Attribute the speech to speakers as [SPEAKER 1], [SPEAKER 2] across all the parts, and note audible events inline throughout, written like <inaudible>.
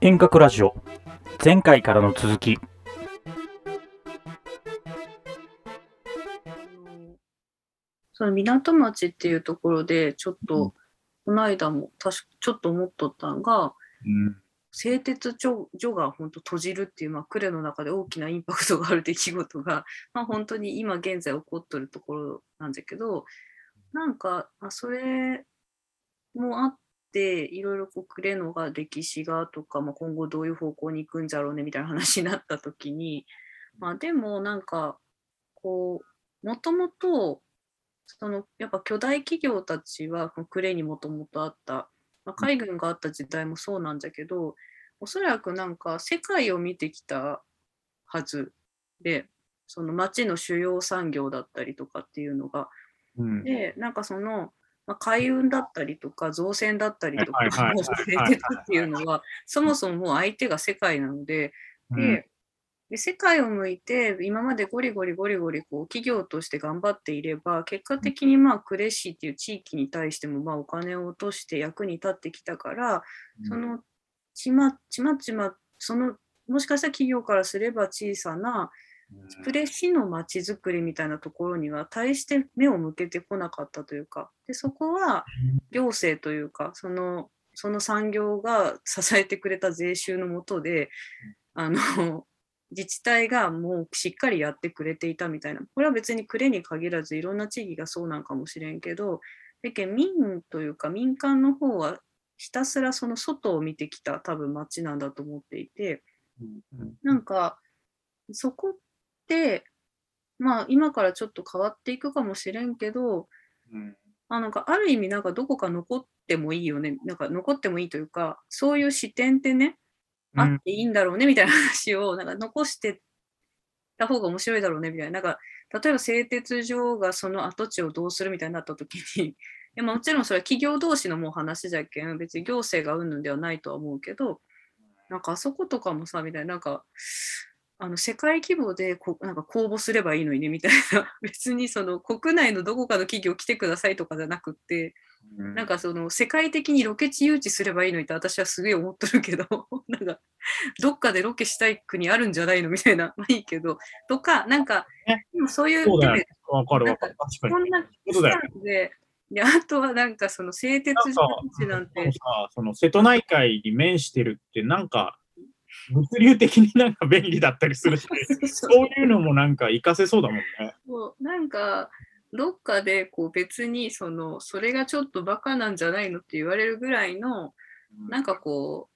[SPEAKER 1] 変革ラジオ前回からの続き
[SPEAKER 2] その港町っていうところでちょっと、この間も確かちょっと思っとったんが製鉄所所が本当閉じるっていう、まあ、呉の中で大きなインパクトがある出来事が、 <laughs> まあ、本当に今現在起こっとるところなんだけどなんか、まあ、それもあっていろいろこう呉のが歴史がとか、まあ、今後どういう方向に行くんじゃろうねみたいな話になった時に、まあ、でもなんかこうもともとそのやっぱ巨大企業たちはこの呉にもともとあった、まあ、海軍があった時代もそうなんだけどおそらくなんか世界を見てきたはずでその町の主要産業だったりとかっていうのが
[SPEAKER 1] うん
[SPEAKER 2] でなんかその、まあ、海運だったりとか造船だったりとか
[SPEAKER 1] はいはいはい
[SPEAKER 2] もう製
[SPEAKER 1] はいはいはい
[SPEAKER 2] 鉄っていうのはそもそももう相手が世界なので
[SPEAKER 1] うん
[SPEAKER 2] でで世界を向いて今までゴリゴリゴリゴリこう企業として頑張っていれば結果的にまあ呉市っていう地域に対してもまあお金を落として役に立ってきたからそのちまちまちまそのもしかしたら企業からすれば小さな呉市のまちづくりみたいなところには大して目を向けてこなかったというかでそこは行政というかそのその産業が <laughs> 支えてくれた税収のもとであの <laughs> 自治体がもうしっかりやってくれていたみたいなこれは別に呉に限らずいろんな地域がそうなんかもしれんけどだけど民というか民間の方はひたすらその外を見てきた多分町なんだと思っていてなんかそこってまあ今からちょっと変わっていくかもしれんけどあなんかある意味なんかどこか残ってもいいよねなんか残ってもいいというかそういう視点ってねあ
[SPEAKER 1] うん
[SPEAKER 2] っていいんだろうねみたいな話をなんか残してた方が面白いだろうねみたいななんか例えば製鉄所がその跡地をどうするみたいになった時に <laughs> いやまあもちろんそれは企業同士のもう話じゃけん別に行政がうんぬんではないとは思うけどなんかあそことかもさみたいななんかあの世界規模でこなんか公募すればいいのにねみたいな <laughs> 別にその国内のどこかの企業来てくださいとかじゃなくってなんかその世界的にロケ地誘致すればいいのにって私はすげえ思っとるけど <laughs> なんかどっかでロケしたい国あるんじゃないのみたいなまあいいけどとかなんか
[SPEAKER 1] ね
[SPEAKER 2] でもそういう
[SPEAKER 1] そうだよ
[SPEAKER 2] で
[SPEAKER 1] わかるわかる確かに
[SPEAKER 2] こんな
[SPEAKER 1] そうだよ
[SPEAKER 2] 来たんでであとはなんかその製鉄所地なん
[SPEAKER 1] でも
[SPEAKER 2] て
[SPEAKER 1] さその瀬戸内海に面してるってなんか物流的になんか便利だったりするしそういうのもなんか活かせそうだもんね
[SPEAKER 2] そうなんかどっかでこう別にそのそれがちょっとバカなんじゃないのって言われるぐらいのなんかこ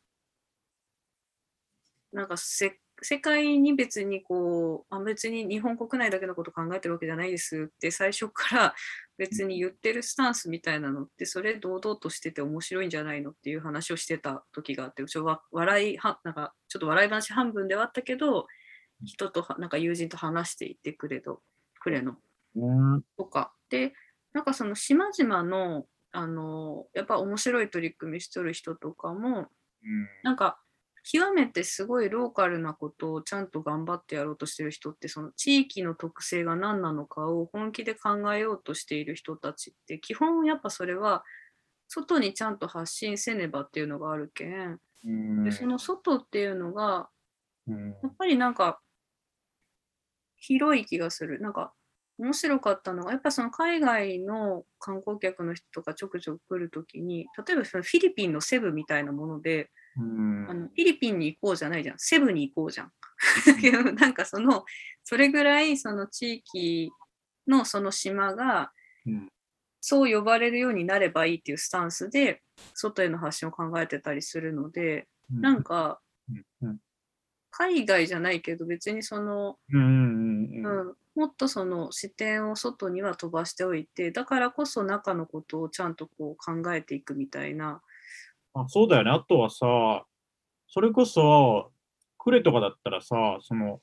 [SPEAKER 2] うなんかせ世界に別にこうあ別に日本国内だけのこと考えてるわけじゃないですって最初から別に言ってるスタンスみたいなのってそれ堂々としてて面白いんじゃないのっていう話をしてた時があってちょわ笑いはなんかちょっと笑い話半分ではあったけど人とはなんか友人と話していてくれどくれの
[SPEAKER 1] うん
[SPEAKER 2] とかでなんかその島々のあのやっぱ面白い取り組みしとる人とかもなんか極めてすごいローカルなことをちゃんと頑張ってやろうとしてる人ってその地域の特性が何なのかを本気で考えようとしている人たちって基本やっぱそれは外にちゃんと発信せねばっていうのがあるけん
[SPEAKER 1] うん
[SPEAKER 2] でその外っていうのが
[SPEAKER 1] うん
[SPEAKER 2] やっぱりなんか広い気がする。なんか面白かったのがやっぱその海外の観光客の人とかちょくちょく来るときに例えばそのフィリピンのセブみたいなもので
[SPEAKER 1] うん
[SPEAKER 2] あのフィリピンに行こうじゃないじゃんセブに行こうじゃん。だ <laughs> けどなんかそのそれぐらいその地域のその島が
[SPEAKER 1] うん
[SPEAKER 2] そう呼ばれるようになればいいっていうスタンスで外への発信を考えてたりするのでなんか
[SPEAKER 1] うんうん
[SPEAKER 2] 海外じゃないけど別にその
[SPEAKER 1] うんうんうん
[SPEAKER 2] うん、もっとその視点を外には飛ばしておいてだからこそ中のことをちゃんとこう考えていくみたいな。
[SPEAKER 1] あそうだよね。あとはさ、それこそ、呉とかだったらさ、その、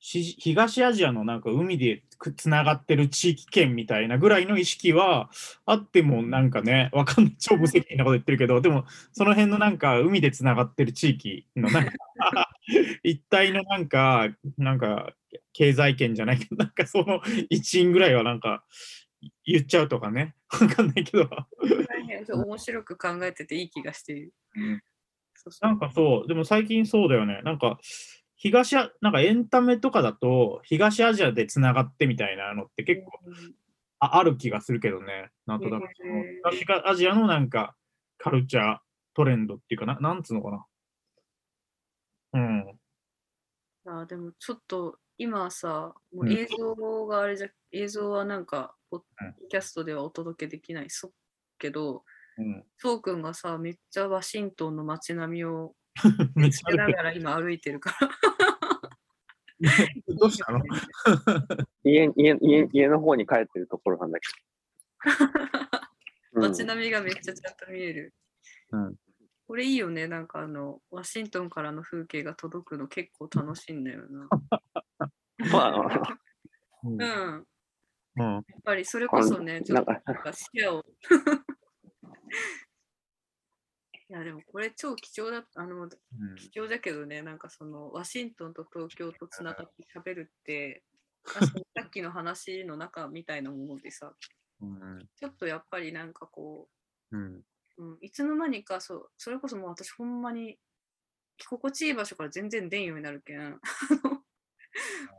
[SPEAKER 1] し東アジアのなんか海でくつながってる地域圏みたいなぐらいの意識はあってもなんかね、わかんない、超無責任なこと言ってるけど、でもその辺のなんか海でつながってる地域のなんか一体のなんか、なんか経済圏じゃないけど、なんかその一員ぐらいはなんか言っちゃうとかね、わかんないけど。
[SPEAKER 2] 大変面白く考えてていい気がしている。そうそう
[SPEAKER 1] なんかそう、でも最近そうだよね。なんか、東ア、なんかエンタメとかだと、東アジアでつながってみたいなのって結構
[SPEAKER 2] うん
[SPEAKER 1] あある気がするけどね。なんとなく、その
[SPEAKER 2] へー
[SPEAKER 1] 東アジアのなんかカルチャートレンドっていうかな、なんつうのかな。うん。
[SPEAKER 2] あーでもちょっと今さ、も
[SPEAKER 1] う
[SPEAKER 2] う
[SPEAKER 1] ん
[SPEAKER 2] 映像があれじゃ、映像はなんか、ポッ
[SPEAKER 1] うん
[SPEAKER 2] ドキャストではお届けできないそけど、
[SPEAKER 1] うん、
[SPEAKER 2] そうくんがさ、めっちゃワシントンの街並みを
[SPEAKER 1] めっ
[SPEAKER 2] 見
[SPEAKER 1] ち
[SPEAKER 2] つ
[SPEAKER 1] ゃあ
[SPEAKER 2] けな
[SPEAKER 1] る
[SPEAKER 2] がら今歩いてるから。
[SPEAKER 1] け <laughs> ど。どうしたの
[SPEAKER 3] 家、家、家、家の方に帰ってるところなんだけ
[SPEAKER 2] <laughs>
[SPEAKER 3] ど。
[SPEAKER 2] 街並みがめっちゃちゃんと見える。
[SPEAKER 1] うん
[SPEAKER 2] これいいよね、なんかあの、ワシントンからの風景が届くの結構楽しいんだよ
[SPEAKER 1] <laughs>
[SPEAKER 2] な。
[SPEAKER 3] うんまあ、
[SPEAKER 1] うん
[SPEAKER 2] うん、やっ
[SPEAKER 1] うん。
[SPEAKER 2] ぱりそれこそね、ちょ
[SPEAKER 3] な
[SPEAKER 2] っ
[SPEAKER 3] ん
[SPEAKER 2] と
[SPEAKER 3] か
[SPEAKER 2] なんか視野を。いやでもこれ超貴重だあの
[SPEAKER 1] うん
[SPEAKER 2] 貴重だけどねなんかそのワシントンと東京とつながって喋るって確かにさっきの話の中みたいなものでさ
[SPEAKER 1] うん。
[SPEAKER 2] ちょっとやっぱりなんかこう
[SPEAKER 1] うん。
[SPEAKER 2] うん、いつの間にかそう、それこそもう私ほんまに着心地いい場所から全然出んようになるけん、あの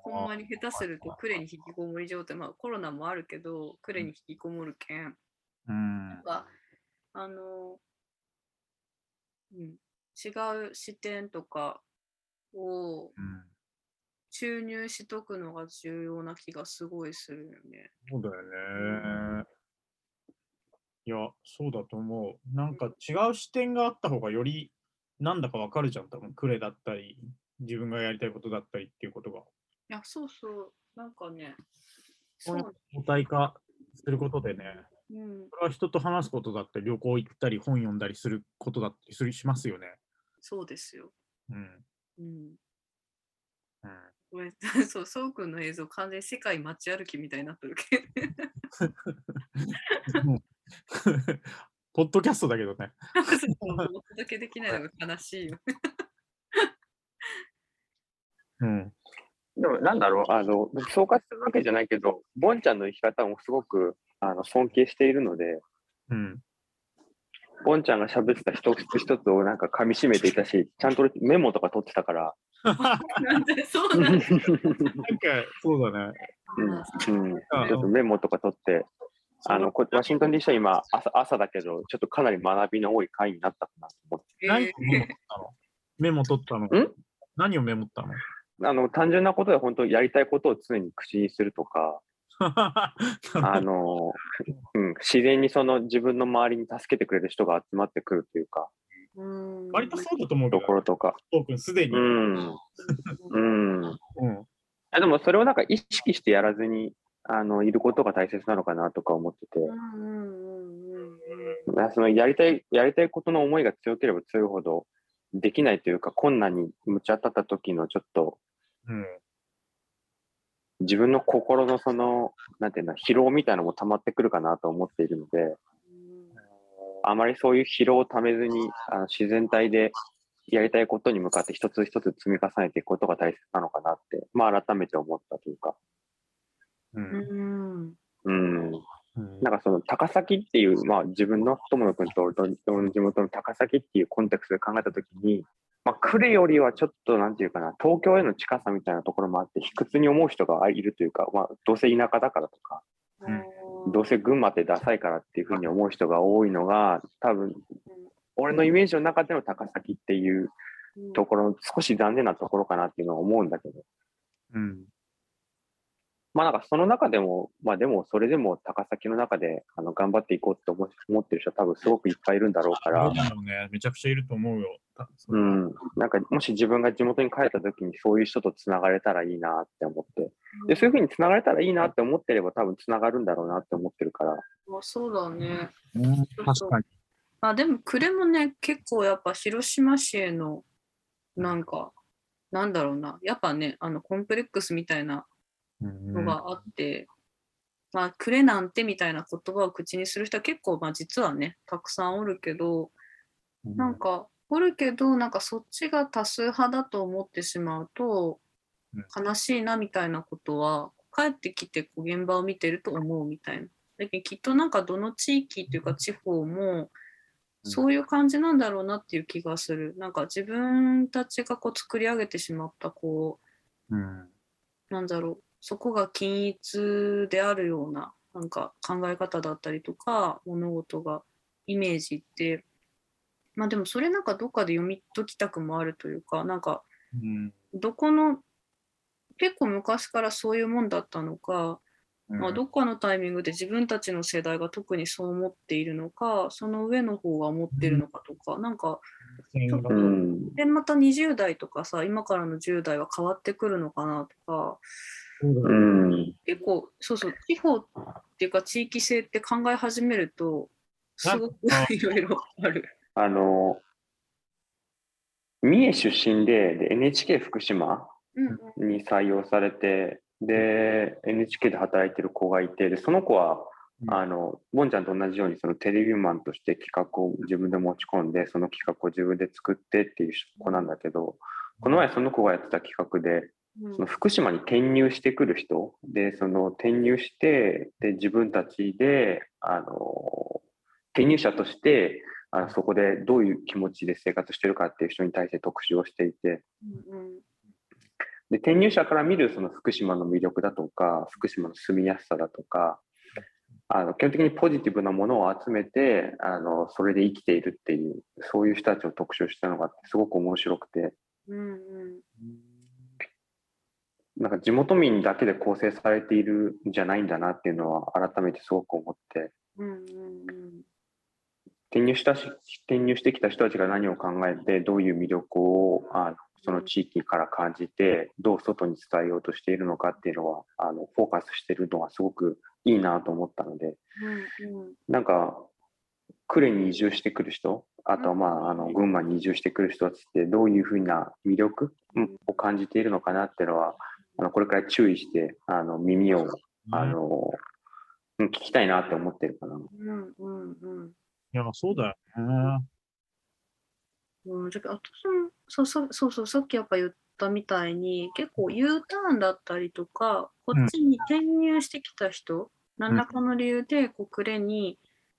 [SPEAKER 2] ほんまに下手するとクレに引きこもり状態、まあコロナもあるけど、クレに引きこもるけん、
[SPEAKER 1] うん
[SPEAKER 2] なん。かあの、うん、違う視点とかを
[SPEAKER 1] うん
[SPEAKER 2] 注入しとくのが重要な気がすごいするよね。
[SPEAKER 1] そうだよね。いや、そうだと思う。なんか違う視点があった方がよりなんだかわかるじゃん、多分。クレだったり、自分がやりたいことだったりっていうことが。
[SPEAKER 2] いや、そうそう、なんかね、そ
[SPEAKER 1] この
[SPEAKER 2] う、
[SPEAKER 1] 母体化することでね、
[SPEAKER 2] うん、
[SPEAKER 1] それは人と話すことだったり、旅行行ったり、本読んだりすることだったりするしますよね。
[SPEAKER 2] そうですよ。
[SPEAKER 1] うん。
[SPEAKER 2] うん
[SPEAKER 1] うん、
[SPEAKER 2] ごめん <laughs> そう、そうくんの映像、完全に世界街歩きみたいになってるけど。 <laughs>
[SPEAKER 1] <laughs> ポッドキャストだけどね。
[SPEAKER 2] なんかちょっともうお届けできないのが悲しいよ <laughs> ね。
[SPEAKER 1] うん。
[SPEAKER 3] でもなんだろう、あの、僕総括するわけじゃないけど、ボンちゃんの生き方もすごく、あの、尊敬しているので、
[SPEAKER 1] うん。
[SPEAKER 3] ボンちゃんが喋ってた一つ一つをなんか噛み締めていたし、ちゃんとメモとか取って
[SPEAKER 2] <laughs>
[SPEAKER 3] たから。
[SPEAKER 2] なんでそう
[SPEAKER 3] うん、
[SPEAKER 2] な
[SPEAKER 3] うんん
[SPEAKER 2] だ。
[SPEAKER 1] なんか、そうだね。
[SPEAKER 3] ちょっとメモとか取って、あの、こワシントン DC は今朝、朝だけど、ちょっとかなり学びの多い回になったかなと思って。
[SPEAKER 2] え
[SPEAKER 1] 何
[SPEAKER 2] ー
[SPEAKER 1] をメモ取ったのメモ取ったの
[SPEAKER 3] ん
[SPEAKER 1] 何をメモ
[SPEAKER 3] <laughs>
[SPEAKER 1] ったの
[SPEAKER 3] あの、単純なことで本当やりたいことを常に口にするとか、あの、うん、自然にその自分の周りに助けてくれる人が集まってくるというか、
[SPEAKER 2] うん
[SPEAKER 1] 割とそうだと思うけ
[SPEAKER 3] と
[SPEAKER 1] ど
[SPEAKER 3] こ、ろとか。
[SPEAKER 1] トークンすでに。
[SPEAKER 3] う
[SPEAKER 1] うん
[SPEAKER 3] ん、うん。あでもそれをなんか意識してやらずに、あの、いることが大切なのかなとか思ってて、
[SPEAKER 2] うんうんうんうん
[SPEAKER 3] まあそのやりたい、やりたいことの思いが強ければ強いほど、できないというか困難に向ちゃったった時のちょっと
[SPEAKER 1] うん
[SPEAKER 3] 自分の心のその、なんていうの、疲労みたいなのも溜まってくるかなと思っているので、
[SPEAKER 2] うん
[SPEAKER 3] あまりそういう疲労をためずに、あの自然体でやりたいことに向かって一つ一つ積み重ねていくことが大切なのかなって、まあ改めて思ったというか、
[SPEAKER 1] う
[SPEAKER 2] うんん
[SPEAKER 3] う
[SPEAKER 1] う
[SPEAKER 3] ん、
[SPEAKER 1] ん
[SPEAKER 3] なんかその高崎っていう、まあ自分の友野君と俺と俺の地元の高崎っていうコンテクストで考えたときに、まあ来るよりはちょっとなんていうかな、東京への近さみたいなところもあって、卑屈に思う人がいるというか、まあどうせ田舎だからとか、どうせ群馬ってダサいからっていうふうに思う人が多いのが多分俺のイメージの中での高崎っていう
[SPEAKER 2] うん
[SPEAKER 3] ところの少し残念なところかなっていうのは思うんだけど
[SPEAKER 1] うん
[SPEAKER 3] まあなんかその中でもまあでもそれでも高崎の中であの頑張っていこうって思思ってる人は多分すごくいっぱいいるんだろうから
[SPEAKER 1] そう。だろうね、めちゃくちゃいると思うよ。たそうの
[SPEAKER 3] ん、なんかもし自分が地元に帰った時にそういう人とつながれたらいいなって思ってでそういうふうにつながれたらいいなって思ってれば多分つながるんだろうなって思ってるから
[SPEAKER 2] あそうだね。
[SPEAKER 1] うん確かに。
[SPEAKER 2] あでも暮れもね結構やっぱ広島市へのなんかなんだろうなやっぱねあのコンプレックスみたいな
[SPEAKER 1] うん
[SPEAKER 2] のがあって、まあ、くれなんてみたいな言葉を口にする人は結構、まあ、実はね、たくさんおるけど、
[SPEAKER 1] うん
[SPEAKER 2] なんか、おるけど、なんかそっちが多数派だと思ってしまうと
[SPEAKER 1] うん、
[SPEAKER 2] 悲しいなみたいなことは、帰ってきてこう現場を見てると思うみたいな。だけどきっとなんかどの地域というか地方も、
[SPEAKER 3] うん
[SPEAKER 2] そういう感じなんだろうなっていう気がする。なんか自分たちがこう作り上げてしまったこ
[SPEAKER 1] うん。
[SPEAKER 2] うなんだろうそこが均一であるようななんか考え方だったりとか物事がイメージってまあでもそれなんかどっかで読み解きたくもあるというかなんか
[SPEAKER 1] うん。
[SPEAKER 2] どこの結構昔からそういうもんだったのかまあ、どっかのタイミングで自分たちの世代が特にそう思っているのかその上の方が思ってるのかとか、なんか
[SPEAKER 1] ちょっと
[SPEAKER 3] うん。
[SPEAKER 2] でまた20代とかさ今からの10代は変わってくるのかなとか
[SPEAKER 1] そうだ
[SPEAKER 3] う
[SPEAKER 1] ね
[SPEAKER 3] ん。
[SPEAKER 2] 結構そうそう地方っていうか地域性って考え始めるとすごく
[SPEAKER 1] なんか
[SPEAKER 2] いろいろある。
[SPEAKER 3] あの、三重出身でで NHK 福島
[SPEAKER 2] うんうん
[SPEAKER 3] に採用されてで NHK で働いてる子がいてでその子は
[SPEAKER 1] うん
[SPEAKER 3] あのボンちゃんと同じようにそのテレビマンとして企画を自分で持ち込んでその企画を自分で作ってっていう子なんだけどこの前その子がやってた企画で
[SPEAKER 2] うん
[SPEAKER 3] その福島に転入してくる人でその転入してで自分たちであの転入者としてあのそこでどういう気持ちで生活してるかっていう人に対して特集をしていて
[SPEAKER 2] うん
[SPEAKER 3] で転入者から見るその福島の魅力だとか福島の住みやすさだとかあの基本的にポジティブなものを集めてあのそれで生きているっていうそういう人たちを特集したのがすごく面白くて
[SPEAKER 2] うんうん
[SPEAKER 3] なんか地元民だけで構成されているんじゃないんだなっていうのは改めてすごく思って
[SPEAKER 2] うんうんうん
[SPEAKER 3] 転入したし転入してきた人たちが何を考えてどういう魅力をあのその地域から感じてどう外に伝えようとしているのかっていうのはあのフォーカスしてるのはすごくいいなと思ったので
[SPEAKER 2] うんうん
[SPEAKER 3] なんか呉に移住してくる人あとはまああの群馬に移住してくる人たちってどういうふうな魅力うんを感じているのかなっていうのはあのこれから注意してあの耳をあの、うん聞きたいなって思ってるかな。
[SPEAKER 2] うんうんうん
[SPEAKER 1] いや、そうだよね。
[SPEAKER 2] うん、だけどあとそのそうそうそうそうさっきやっぱ言ったみたいに結構 U ターンだったりとかこっちに転入してきた人、何らかの理由でこう暮れに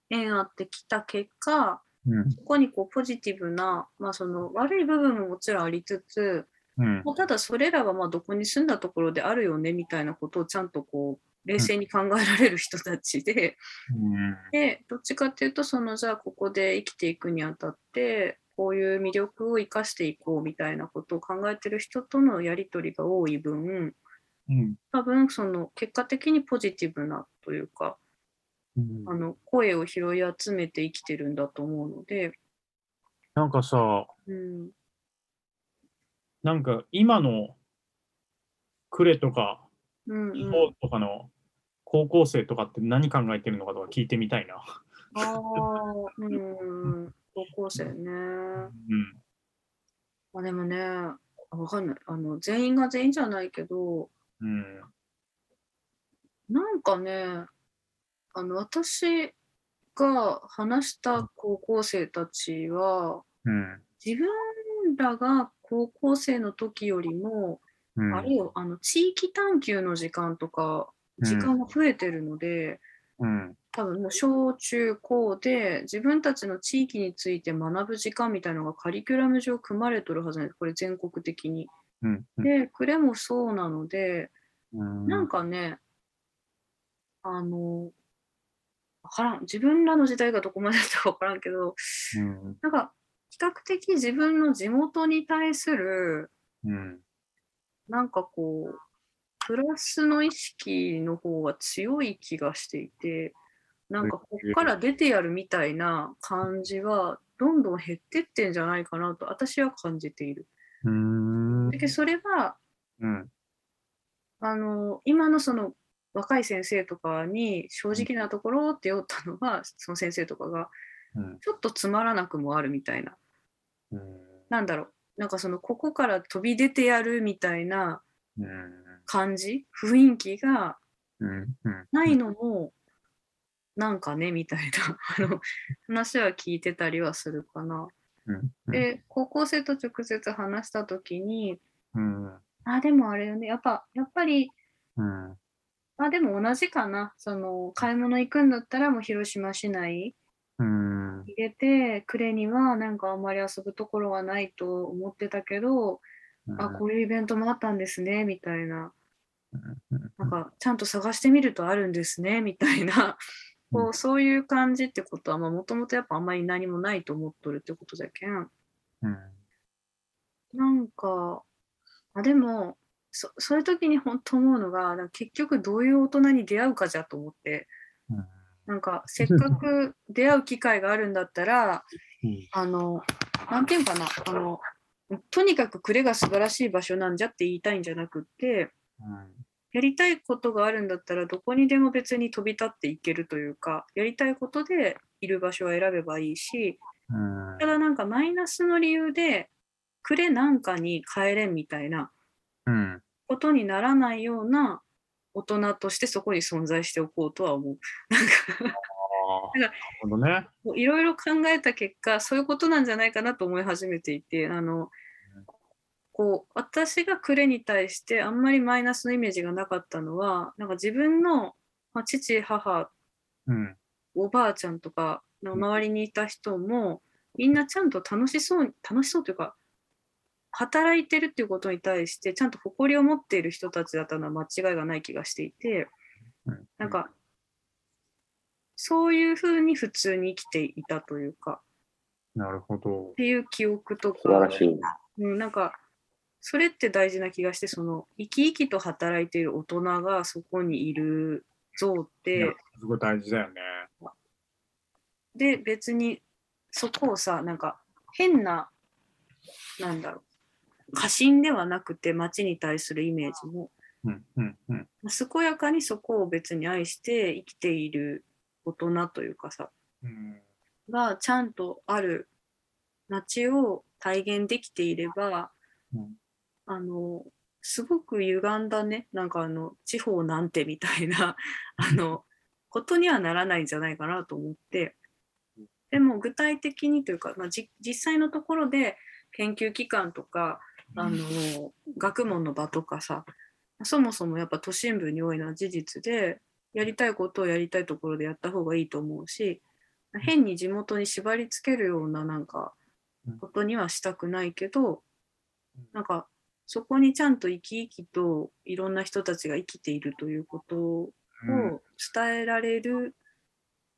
[SPEAKER 2] 縁あってきた結果
[SPEAKER 1] うん。
[SPEAKER 2] ここにこうポジティブな、まあ、その悪い部分ももちろんありつつ、
[SPEAKER 1] うん。
[SPEAKER 2] まあただそれらがまあどこに住んだところであるよねみたいなことをちゃんとこう冷静に考えられる人たちで。
[SPEAKER 1] うん
[SPEAKER 2] でどっちかっていうとそのじゃあここで生きていくにあたってこういう魅力を生かしていこうみたいなことを考えてる人とのやり取りが多い分
[SPEAKER 1] うん。
[SPEAKER 2] 多分その結果的にポジティブなというか
[SPEAKER 1] うん
[SPEAKER 2] あの声を拾い集めて生きてるんだと思うので、
[SPEAKER 1] なんかさ、
[SPEAKER 2] うん、
[SPEAKER 1] なんか今のクレとか、
[SPEAKER 2] うんうん
[SPEAKER 1] フォーとかの高校生とかって何考えてるのかとか聞いてみたいな。
[SPEAKER 2] あーうんうん高校生ね
[SPEAKER 1] うん。
[SPEAKER 2] まあでもねあわかんないあの全員が全員じゃないけど
[SPEAKER 1] うん。
[SPEAKER 2] なんかね、あの私が話した高校生たちは、
[SPEAKER 1] うん。
[SPEAKER 2] 自分らが高校生の時よりも、
[SPEAKER 1] うん。
[SPEAKER 2] あれよ、あの地域探求の時間とか、
[SPEAKER 1] うん
[SPEAKER 2] 時間が増えてるので、
[SPEAKER 1] うん。
[SPEAKER 2] 多分もう小中高で自分たちの地域について学ぶ時間みたいのがカリキュラム上組まれとるはずなんです、これ全国的に。
[SPEAKER 1] うん。
[SPEAKER 2] で、クレもそうなので、
[SPEAKER 1] うん。
[SPEAKER 2] なんかね、あの、わからん、自分らの時代がどこまでだったかわからんけど、
[SPEAKER 1] うん。
[SPEAKER 2] なんか、比較的自分の地元に対する、
[SPEAKER 1] うん。
[SPEAKER 2] なんかこう、プラスの意識の方が強い気がしていて、なんかこっから出てやるみたいな感じは、どんどん減ってってんじゃないかなと、私は感じている。
[SPEAKER 1] うん。
[SPEAKER 2] だけどそれは、
[SPEAKER 1] うん。
[SPEAKER 2] あの今のその若い先生とかに正直なところって言ったのはその先生とかが
[SPEAKER 1] うん
[SPEAKER 2] ちょっとつまらなくもあるみたいななんだろうなんかそのここから飛び出てやるみたいな感じ雰囲気が
[SPEAKER 1] うん。
[SPEAKER 2] ないのもなんかねみたいなあの話は聞いてたりはするかな。
[SPEAKER 1] うん。
[SPEAKER 2] で高校生と直接話した時に
[SPEAKER 1] うん。
[SPEAKER 2] あでもあれよねやっぱやっぱり
[SPEAKER 1] うん。
[SPEAKER 2] まあでも同じかな。その買い物行くんだったらもう広島市内
[SPEAKER 1] ううん。
[SPEAKER 2] 入れてクレにはなんかあんまり遊ぶところはないと思ってたけど、あこういうイベントもあったんですねみたいななんかちゃんと探してみるとあるんですねみたいな
[SPEAKER 1] うん
[SPEAKER 2] こうそういう感じってことはもともとやっぱあんまり何もないと思っとるってことじゃけん
[SPEAKER 1] うん。
[SPEAKER 2] なんかあでもそそういう時に本当思うのがなんか結局どういう大人に出会うかじゃと思って
[SPEAKER 1] うん
[SPEAKER 2] なんかせっか <laughs> く出会う機会があるんだったら
[SPEAKER 1] うん
[SPEAKER 2] あの、なんていうのかな、あの、とにかくクレが素晴らしい場所なんじゃって言いたいんじゃなくって、やりたいことがあるんだったらどこにでも別に飛び立っていけるというか、やりたいことでいる場所を選べばいいし、
[SPEAKER 1] うん
[SPEAKER 2] ただなんかマイナスの理由でクレなんかに帰れんみたいな
[SPEAKER 1] うん。
[SPEAKER 2] ことにならないような大人としてそこに存在しておこうとは思う。なんか
[SPEAKER 1] ああ。なるほどね。
[SPEAKER 2] もういろいろ考えた結果そういうことなんじゃないかなと思い始めていてあのこう私がクレに対してあんまりマイナスのイメージがなかったのはなんか自分の、まあ、父母
[SPEAKER 1] うん。
[SPEAKER 2] おばあちゃんとかなんか周りにいた人もみんなちゃんと楽しそうに楽しそうというか働いてるっていうことに対してちゃんと誇りを持っている人たちだったのは間違いがない気がしていて
[SPEAKER 1] うん
[SPEAKER 2] なんかそういうふうに普通に生きていたというか
[SPEAKER 1] なるほど
[SPEAKER 2] っ。ていう記憶とか
[SPEAKER 3] 素晴らしい。
[SPEAKER 2] うん、なんかそれって大事な気がしてその生き生きと働いている大人がそこにいる像っ
[SPEAKER 1] い
[SPEAKER 2] て
[SPEAKER 1] やすごい大事だよね。
[SPEAKER 2] で別にそこをさなんか変ななんだろう過信ではなくて街に対するイメージも
[SPEAKER 1] うん。うん。うん。
[SPEAKER 2] 健やかにそこを別に愛して生きている大人というかさ
[SPEAKER 1] うん。
[SPEAKER 2] がちゃんとある街を体現できていれば、
[SPEAKER 1] うん
[SPEAKER 2] あのすごく歪んだねなんかあの地方なんてみたいなあのことにはならないんじゃないかなと思ってでも具体的にというか、まあ、じ実際のところで研究機関とかあの学問の場とかさそもそもやっぱ都心部に多いのは事実でやりたいことをやりたいところでやった方がいいと思うし変に地元に縛りつけるようななんか
[SPEAKER 1] うん
[SPEAKER 2] ことにはしたくないけどなんかそこにちゃんと生き生きといろんな人たちが生きているということを
[SPEAKER 1] うん。
[SPEAKER 2] 伝えられる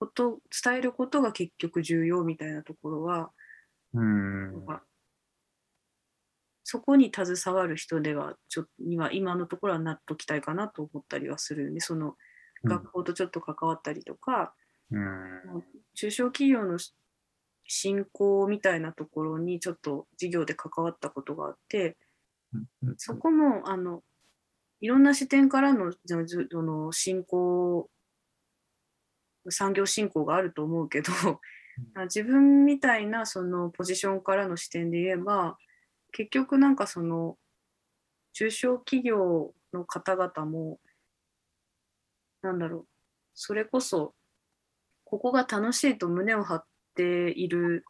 [SPEAKER 2] こと伝えることが結局重要みたいなところは
[SPEAKER 1] うん。
[SPEAKER 2] なんかそこに携わる人ではちょっとには今のところはなっときたいかなと思ったりはするよねその
[SPEAKER 1] うん
[SPEAKER 2] 学校とちょっと関わったりとか、
[SPEAKER 1] うん。
[SPEAKER 2] 中小企業の振興みたいなところにちょっと事業で関わったことがあって
[SPEAKER 1] うん
[SPEAKER 2] そこもあのいろんな視点からのそのその振興産業振興があると思うけど自分みたいなそのポジションからの視点で言えば結局なんかその中小企業の方々もなんだろうそれこそここが楽しいと胸を張っている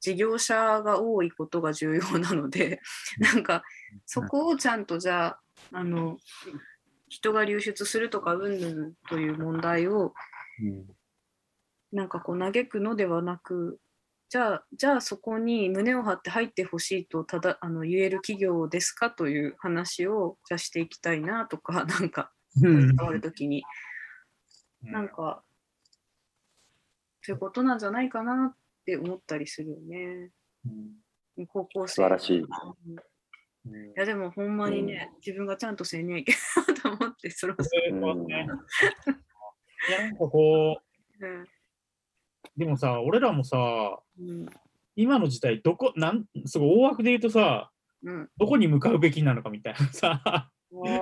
[SPEAKER 2] 事業者が多いことが重要なのでなんかそこをちゃんとじゃああの人が流出するとかうんぬんという問題を
[SPEAKER 1] うん
[SPEAKER 2] なんかこう嘆くのではなくじゃあじゃあそこに胸を張って入ってほしいとただあの言える企業ですかという話をじゃあしていきたいなとか <laughs> なんか
[SPEAKER 1] うん
[SPEAKER 2] 関わる時になんか、ということなんじゃないかなって思ったりするよね。
[SPEAKER 1] うん
[SPEAKER 2] 高校生。
[SPEAKER 3] 素晴らしい
[SPEAKER 2] うんい
[SPEAKER 1] うん
[SPEAKER 2] や、でもほんまにね、自分がちゃんとせんにはいけないと思って、それはそ
[SPEAKER 1] そうだねいやなんかこ
[SPEAKER 2] れで
[SPEAKER 1] う、でもさ、俺らもさ、
[SPEAKER 2] うん。
[SPEAKER 1] 今の時代、どこ、なん、すごい大枠で言うとさ、
[SPEAKER 2] うん。
[SPEAKER 1] どこに向かうべきなのかみたいなさ、
[SPEAKER 2] 大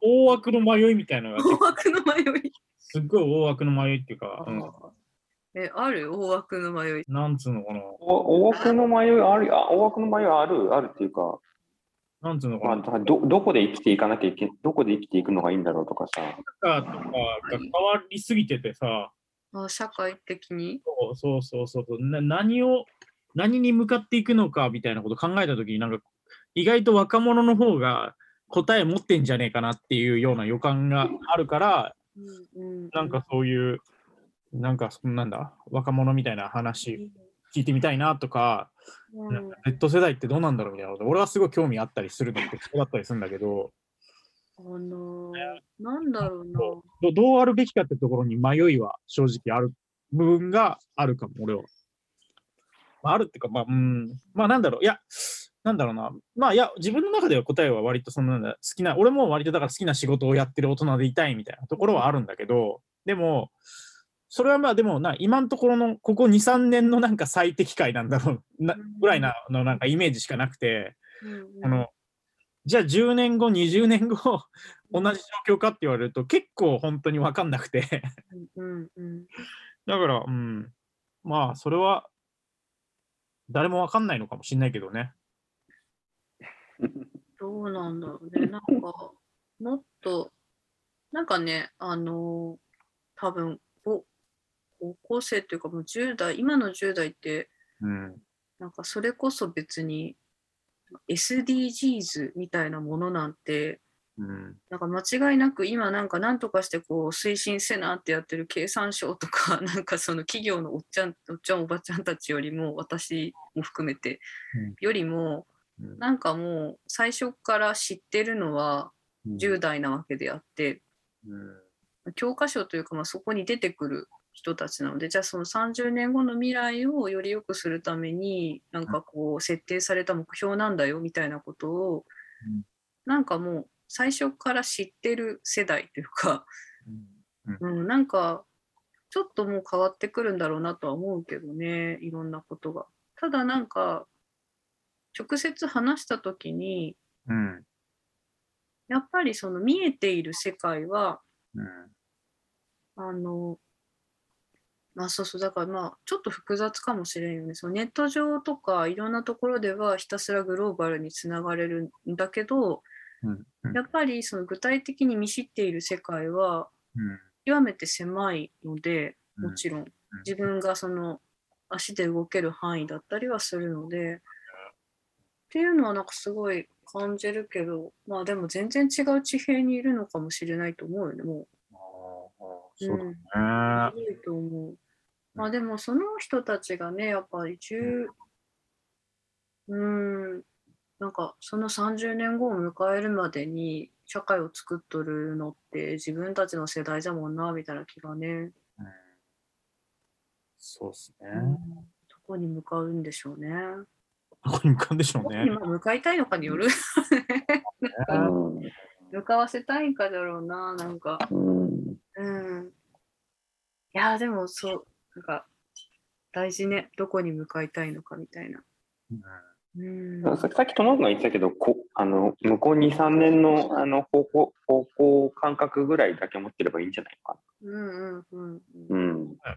[SPEAKER 1] 大枠の迷いみたいなのが、
[SPEAKER 2] 枠の迷い。
[SPEAKER 1] すっごい大枠の迷いっていうか、うん
[SPEAKER 2] え、ある大枠の迷い。
[SPEAKER 1] なんつうのかな、
[SPEAKER 3] お大枠の迷いある、あ大枠の迷いある、あるっていうか、
[SPEAKER 1] なんつうのか
[SPEAKER 3] まあ、
[SPEAKER 1] な、
[SPEAKER 3] だからどどこで生きていかなきゃいけ、どこで生きていくのがいいんだろうとかさ、
[SPEAKER 1] なんかとかが変わりすぎててさ、
[SPEAKER 2] あ社会的に。
[SPEAKER 1] そうそうそうそうな、何を、何に向かっていくのかみたいなこと考えたときに、なんか、意外と若者の方が答え持ってんじゃねえかなっていうような予感があるから、
[SPEAKER 2] うん。
[SPEAKER 1] なんかそういう、なんか、そんなんだ、若者みたいな話聞いてみたいなとか、
[SPEAKER 2] うん、
[SPEAKER 1] Z 世代ってどうなんだろうみたいなこと、俺はすごい興味あったりするのってそうだったりするんだけど、
[SPEAKER 2] あのーなんだろうな。
[SPEAKER 1] どどうあるべきかってところに迷いは正直ある部分があるかも、俺は。まああるっていうか、まあ、うん、まあなんだろう、いや、なんだろうな、まあいや、自分の中では答えは割とそのなんだ、好きな、俺も割とだから好きな仕事をやってる大人でいたいみたいなところはあるんだけど、でも、それはまあでもな、今のところのここ2、3年のなんか最適解なんだろうな、ぐらいなのなんかイメージしかなくて、
[SPEAKER 2] うん
[SPEAKER 1] あのじゃあ10年後20年後同じ状況かって言われると結構本当に分かんなくて
[SPEAKER 2] うんうん
[SPEAKER 1] <laughs> だからうんまあそれは誰も分かんないのかもしれないけどね
[SPEAKER 2] どうなんだろうね。なんか、もっと、なんかね、あのー多分お高校生というか、もう10代、今の10代って、
[SPEAKER 1] うん
[SPEAKER 2] なんかそれこそ別に SDGs みたいなものなんて、
[SPEAKER 1] うん
[SPEAKER 2] なんか間違いなく今なんか何とかしてこう推進せなってやってる経産省とか <laughs> なんかその企業のおっちゃんおっちゃんおばちゃんたちよりも私も含めて
[SPEAKER 1] うん
[SPEAKER 2] よりも
[SPEAKER 1] うん
[SPEAKER 2] なんかもう最初から知ってるのは10代なわけであって
[SPEAKER 1] うん
[SPEAKER 2] 教科書というかまあそこに出てくる人たちなのでじゃあその30年後の未来をより良くするためになんかこう設定された目標なんだよみたいなことを
[SPEAKER 1] うん
[SPEAKER 2] なんかもう最初から知ってる世代というか <laughs> うん、なんかちょっともう変わってくるんだろうなとは思うけどねいろんなことが。ただなんか直接話した時に
[SPEAKER 1] うん
[SPEAKER 2] やっぱりその見えている世界は
[SPEAKER 1] うん
[SPEAKER 2] あのまあそうそうだからまあちょっと複雑かもしれんよねそのネット上とかいろんなところではひたすらグローバルにつながれるんだけど
[SPEAKER 1] うんうん
[SPEAKER 2] やっぱりその具体的に見知っている世界は
[SPEAKER 1] うん
[SPEAKER 2] 極めて狭いのでもちろん
[SPEAKER 1] うん
[SPEAKER 2] 自分がその足で動ける範囲だったりはするのでっていうのはなんかすごい感じるけどまあでも全然違う地平にいるのかもしれないと思うよねも
[SPEAKER 1] あー
[SPEAKER 2] う。
[SPEAKER 1] そう
[SPEAKER 2] うん
[SPEAKER 1] だね
[SPEAKER 2] いいと思う。まあでもその人たちがねやっぱり10うんなんかその30年後を迎えるまでに社会を作っとるのって自分たちの世代じゃもんなみたいな気がね、
[SPEAKER 1] うんそうっすね
[SPEAKER 2] うんどこに向かうんでしょうね。
[SPEAKER 1] どこに向かうんでしょう
[SPEAKER 2] どこ
[SPEAKER 1] ね
[SPEAKER 2] にまあ向かいたいのかによる
[SPEAKER 3] うん
[SPEAKER 2] <laughs> 向かわせたいんかだろうななんか。
[SPEAKER 3] うん
[SPEAKER 2] うん。いやーでもそうなんか大事ねどこに向かいたいのかみたいな。
[SPEAKER 1] うん
[SPEAKER 2] うん
[SPEAKER 3] ささっき友野が言ってたけどこあの向こう23年のあの方向方向感覚ぐらいだけ持ってればいいんじゃないか
[SPEAKER 2] うんうんうん
[SPEAKER 3] な、
[SPEAKER 1] だよ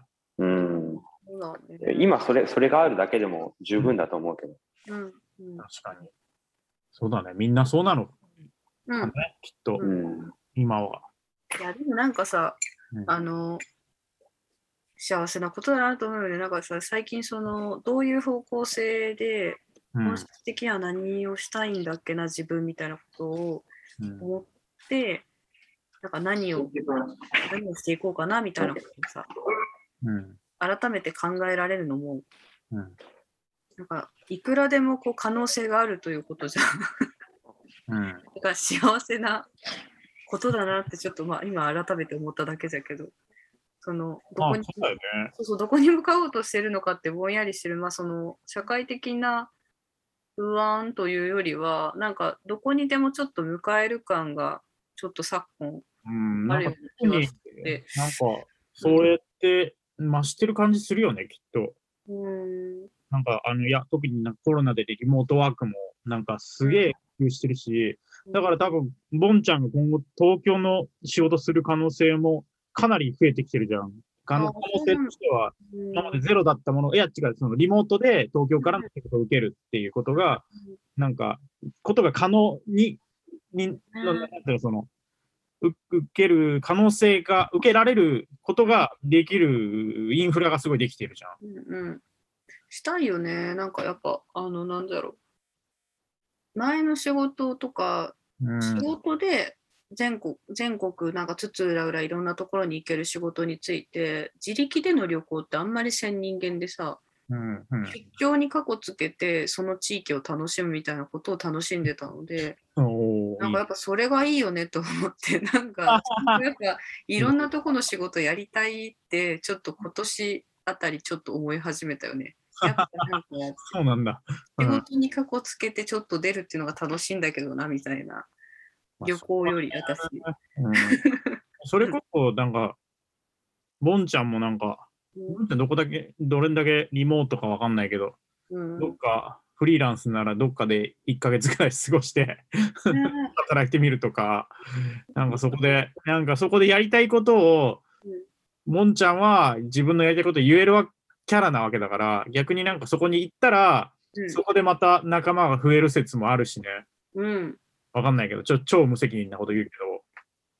[SPEAKER 1] ね
[SPEAKER 3] うんうん、
[SPEAKER 2] そうだね
[SPEAKER 3] 今それそれがあるだけでも十分だと思うけど、
[SPEAKER 2] うんうん
[SPEAKER 1] 確かにそうだねみんなそうなの
[SPEAKER 2] うん
[SPEAKER 1] きっと
[SPEAKER 2] う
[SPEAKER 3] うん
[SPEAKER 1] 今は。
[SPEAKER 2] いやでもなんかさ
[SPEAKER 1] うん
[SPEAKER 2] あの幸せなことだなと思うよねなんかさ最近そのどういう方向性で
[SPEAKER 1] うん
[SPEAKER 2] 本質的には何をしたいんだっけな自分みたいなことを
[SPEAKER 1] うん
[SPEAKER 2] 思ってなんか何を何をしていこうかなみたいなことをさ
[SPEAKER 1] うん
[SPEAKER 2] 改めて考えられるのも
[SPEAKER 1] うん
[SPEAKER 2] なんかいくらでもこう可能性があるということじゃん。
[SPEAKER 1] うん
[SPEAKER 2] だから幸せなことだなってちょっとまあ今改めて思っただけだけどそのど
[SPEAKER 1] まあ
[SPEAKER 2] こ
[SPEAKER 1] そ
[SPEAKER 2] に
[SPEAKER 1] うだよね。
[SPEAKER 2] そうそうどこに向かおうとしてるのかってぼんやりしてる、まあ、その社会的な不安というよりはなんかどこにでもちょっと迎える感がちょっと昨今
[SPEAKER 1] うん、
[SPEAKER 2] あ
[SPEAKER 1] なん
[SPEAKER 2] るよ
[SPEAKER 1] か
[SPEAKER 2] う
[SPEAKER 1] 特
[SPEAKER 2] な
[SPEAKER 1] に
[SPEAKER 2] 気がして。
[SPEAKER 1] なんかそうやって増してる感じするよねきっと。
[SPEAKER 2] うん
[SPEAKER 1] なんかあのいや特になんかコロナでリモートワークもなんかすげえ普及してるしだから多分ボンちゃんが今後東京の仕事する可能性もかなり増えてきてるじゃん。可能
[SPEAKER 2] あ
[SPEAKER 1] 可能性としては
[SPEAKER 2] うん
[SPEAKER 1] 今までゼロだったもの、いや違う、そのリモートで東京からの仕事を受けるっていうことが、なんか、ことが可能に、にのなんていうのそのう受ける可能性が、受けられることができるインフラがすごいできてるじゃん。
[SPEAKER 2] うんうん、したいよねなんかやっぱあのなんだろう前の仕事とか
[SPEAKER 1] うん
[SPEAKER 2] 仕事で全国全国なんかつつうらうらいろんなところに行ける仕事について自力での旅行ってあんまりせん人間でさ
[SPEAKER 1] うんうん
[SPEAKER 2] 出張に過去つけてその地域を楽しむみたいなことを楽しんでたので
[SPEAKER 1] おー
[SPEAKER 2] なん
[SPEAKER 1] いい
[SPEAKER 2] かやっぱそれがいいよねと思って <laughs> なん
[SPEAKER 1] <laughs>
[SPEAKER 2] かやっぱいろんなとこの仕事やりたいってちょっと今年あたりちょっと思い始めたよ
[SPEAKER 1] <laughs>
[SPEAKER 2] ね。やっぱなんか
[SPEAKER 1] そうなんだ。う
[SPEAKER 2] 仕
[SPEAKER 1] ん <laughs>
[SPEAKER 2] 事に過去つけてちょっと出るっていうのが楽しいんだけどなみたいな旅行より私。
[SPEAKER 1] うんそれこそ、なんか、ボンちゃんもなんか、ボンちゃんどこだけ、どれだけリモートかわかんないけど、
[SPEAKER 2] うん
[SPEAKER 1] どっかフリーランスならどっかで1ヶ月くらい過ごして、働いてみるとか、なんかそこで、なんかそこでやりたいことを
[SPEAKER 2] うん、
[SPEAKER 1] もんちゃんは自分のやりたいことを言えるわキャラなわけだから、逆になんかそこに行ったら、
[SPEAKER 2] うん
[SPEAKER 1] そこでまた仲間が増える説もあるしね。
[SPEAKER 2] うん
[SPEAKER 1] わかんないけど、ちょ超無責任なこと言うけ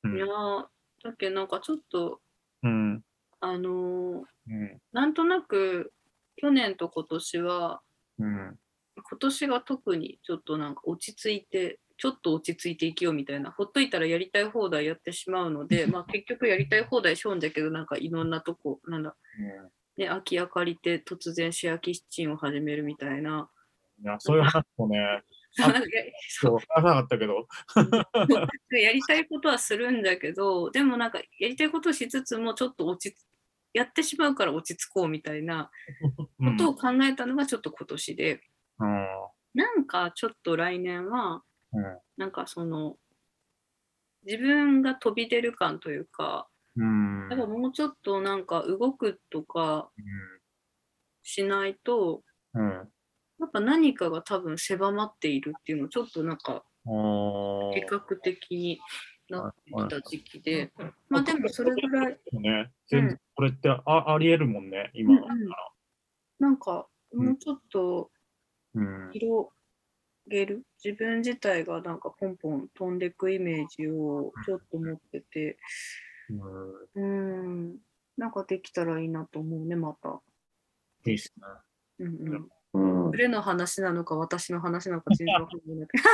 [SPEAKER 1] ど。
[SPEAKER 2] いやーだっけなんかちょっと
[SPEAKER 1] うん。
[SPEAKER 2] あのー
[SPEAKER 1] うん。
[SPEAKER 2] なんとなく去年と今年は
[SPEAKER 1] うん。
[SPEAKER 2] 今年が特にちょっとなんか落ち着いてちょっと落ち着いていきようみたいなほっといたらやりたい放題やってしまうので、まあ、結局やりたい放題しょうんじゃけどなんかいろんなとこなんだ、ね、空き家借りて突然シェアキッチンを始めるみたいな。
[SPEAKER 1] いや、そういう話もね、あ
[SPEAKER 2] なんか
[SPEAKER 1] そう、話さなかったけど。
[SPEAKER 2] やりたいことはするんだけどでもなんかやりたいことをしつつもちょっと落ち着やってしまうから落ち着こうみたいな
[SPEAKER 1] う
[SPEAKER 2] こ
[SPEAKER 1] ん。
[SPEAKER 2] とを考えたのがちょっと今年で、
[SPEAKER 1] うん
[SPEAKER 2] なんかちょっと来年は
[SPEAKER 1] うん
[SPEAKER 2] なんかその自分が飛び出る感というか
[SPEAKER 1] うん。
[SPEAKER 2] やっぱもうちょっとなんか動くとかしないと
[SPEAKER 1] うん。
[SPEAKER 2] やっぱ何かが多分狭まっているっていうのをちょっとなんか
[SPEAKER 1] お
[SPEAKER 2] 計
[SPEAKER 1] ー
[SPEAKER 2] 画的になってきた時期でまあでもそれぐらい。
[SPEAKER 1] ね、全
[SPEAKER 2] う
[SPEAKER 1] 然これってあありえるもんね、今。
[SPEAKER 2] うんうんなんかもうちょっと
[SPEAKER 1] うん。
[SPEAKER 2] 広げる自分自体がなんかポンポン飛んでくイメージをちょっと持ってて
[SPEAKER 1] うん
[SPEAKER 2] うんなんかできたらいいなと思うねまた。
[SPEAKER 1] いいっすね。
[SPEAKER 2] うんうん、
[SPEAKER 3] うん
[SPEAKER 2] ブレの話なのか私の話なのか全然わかんないんだけど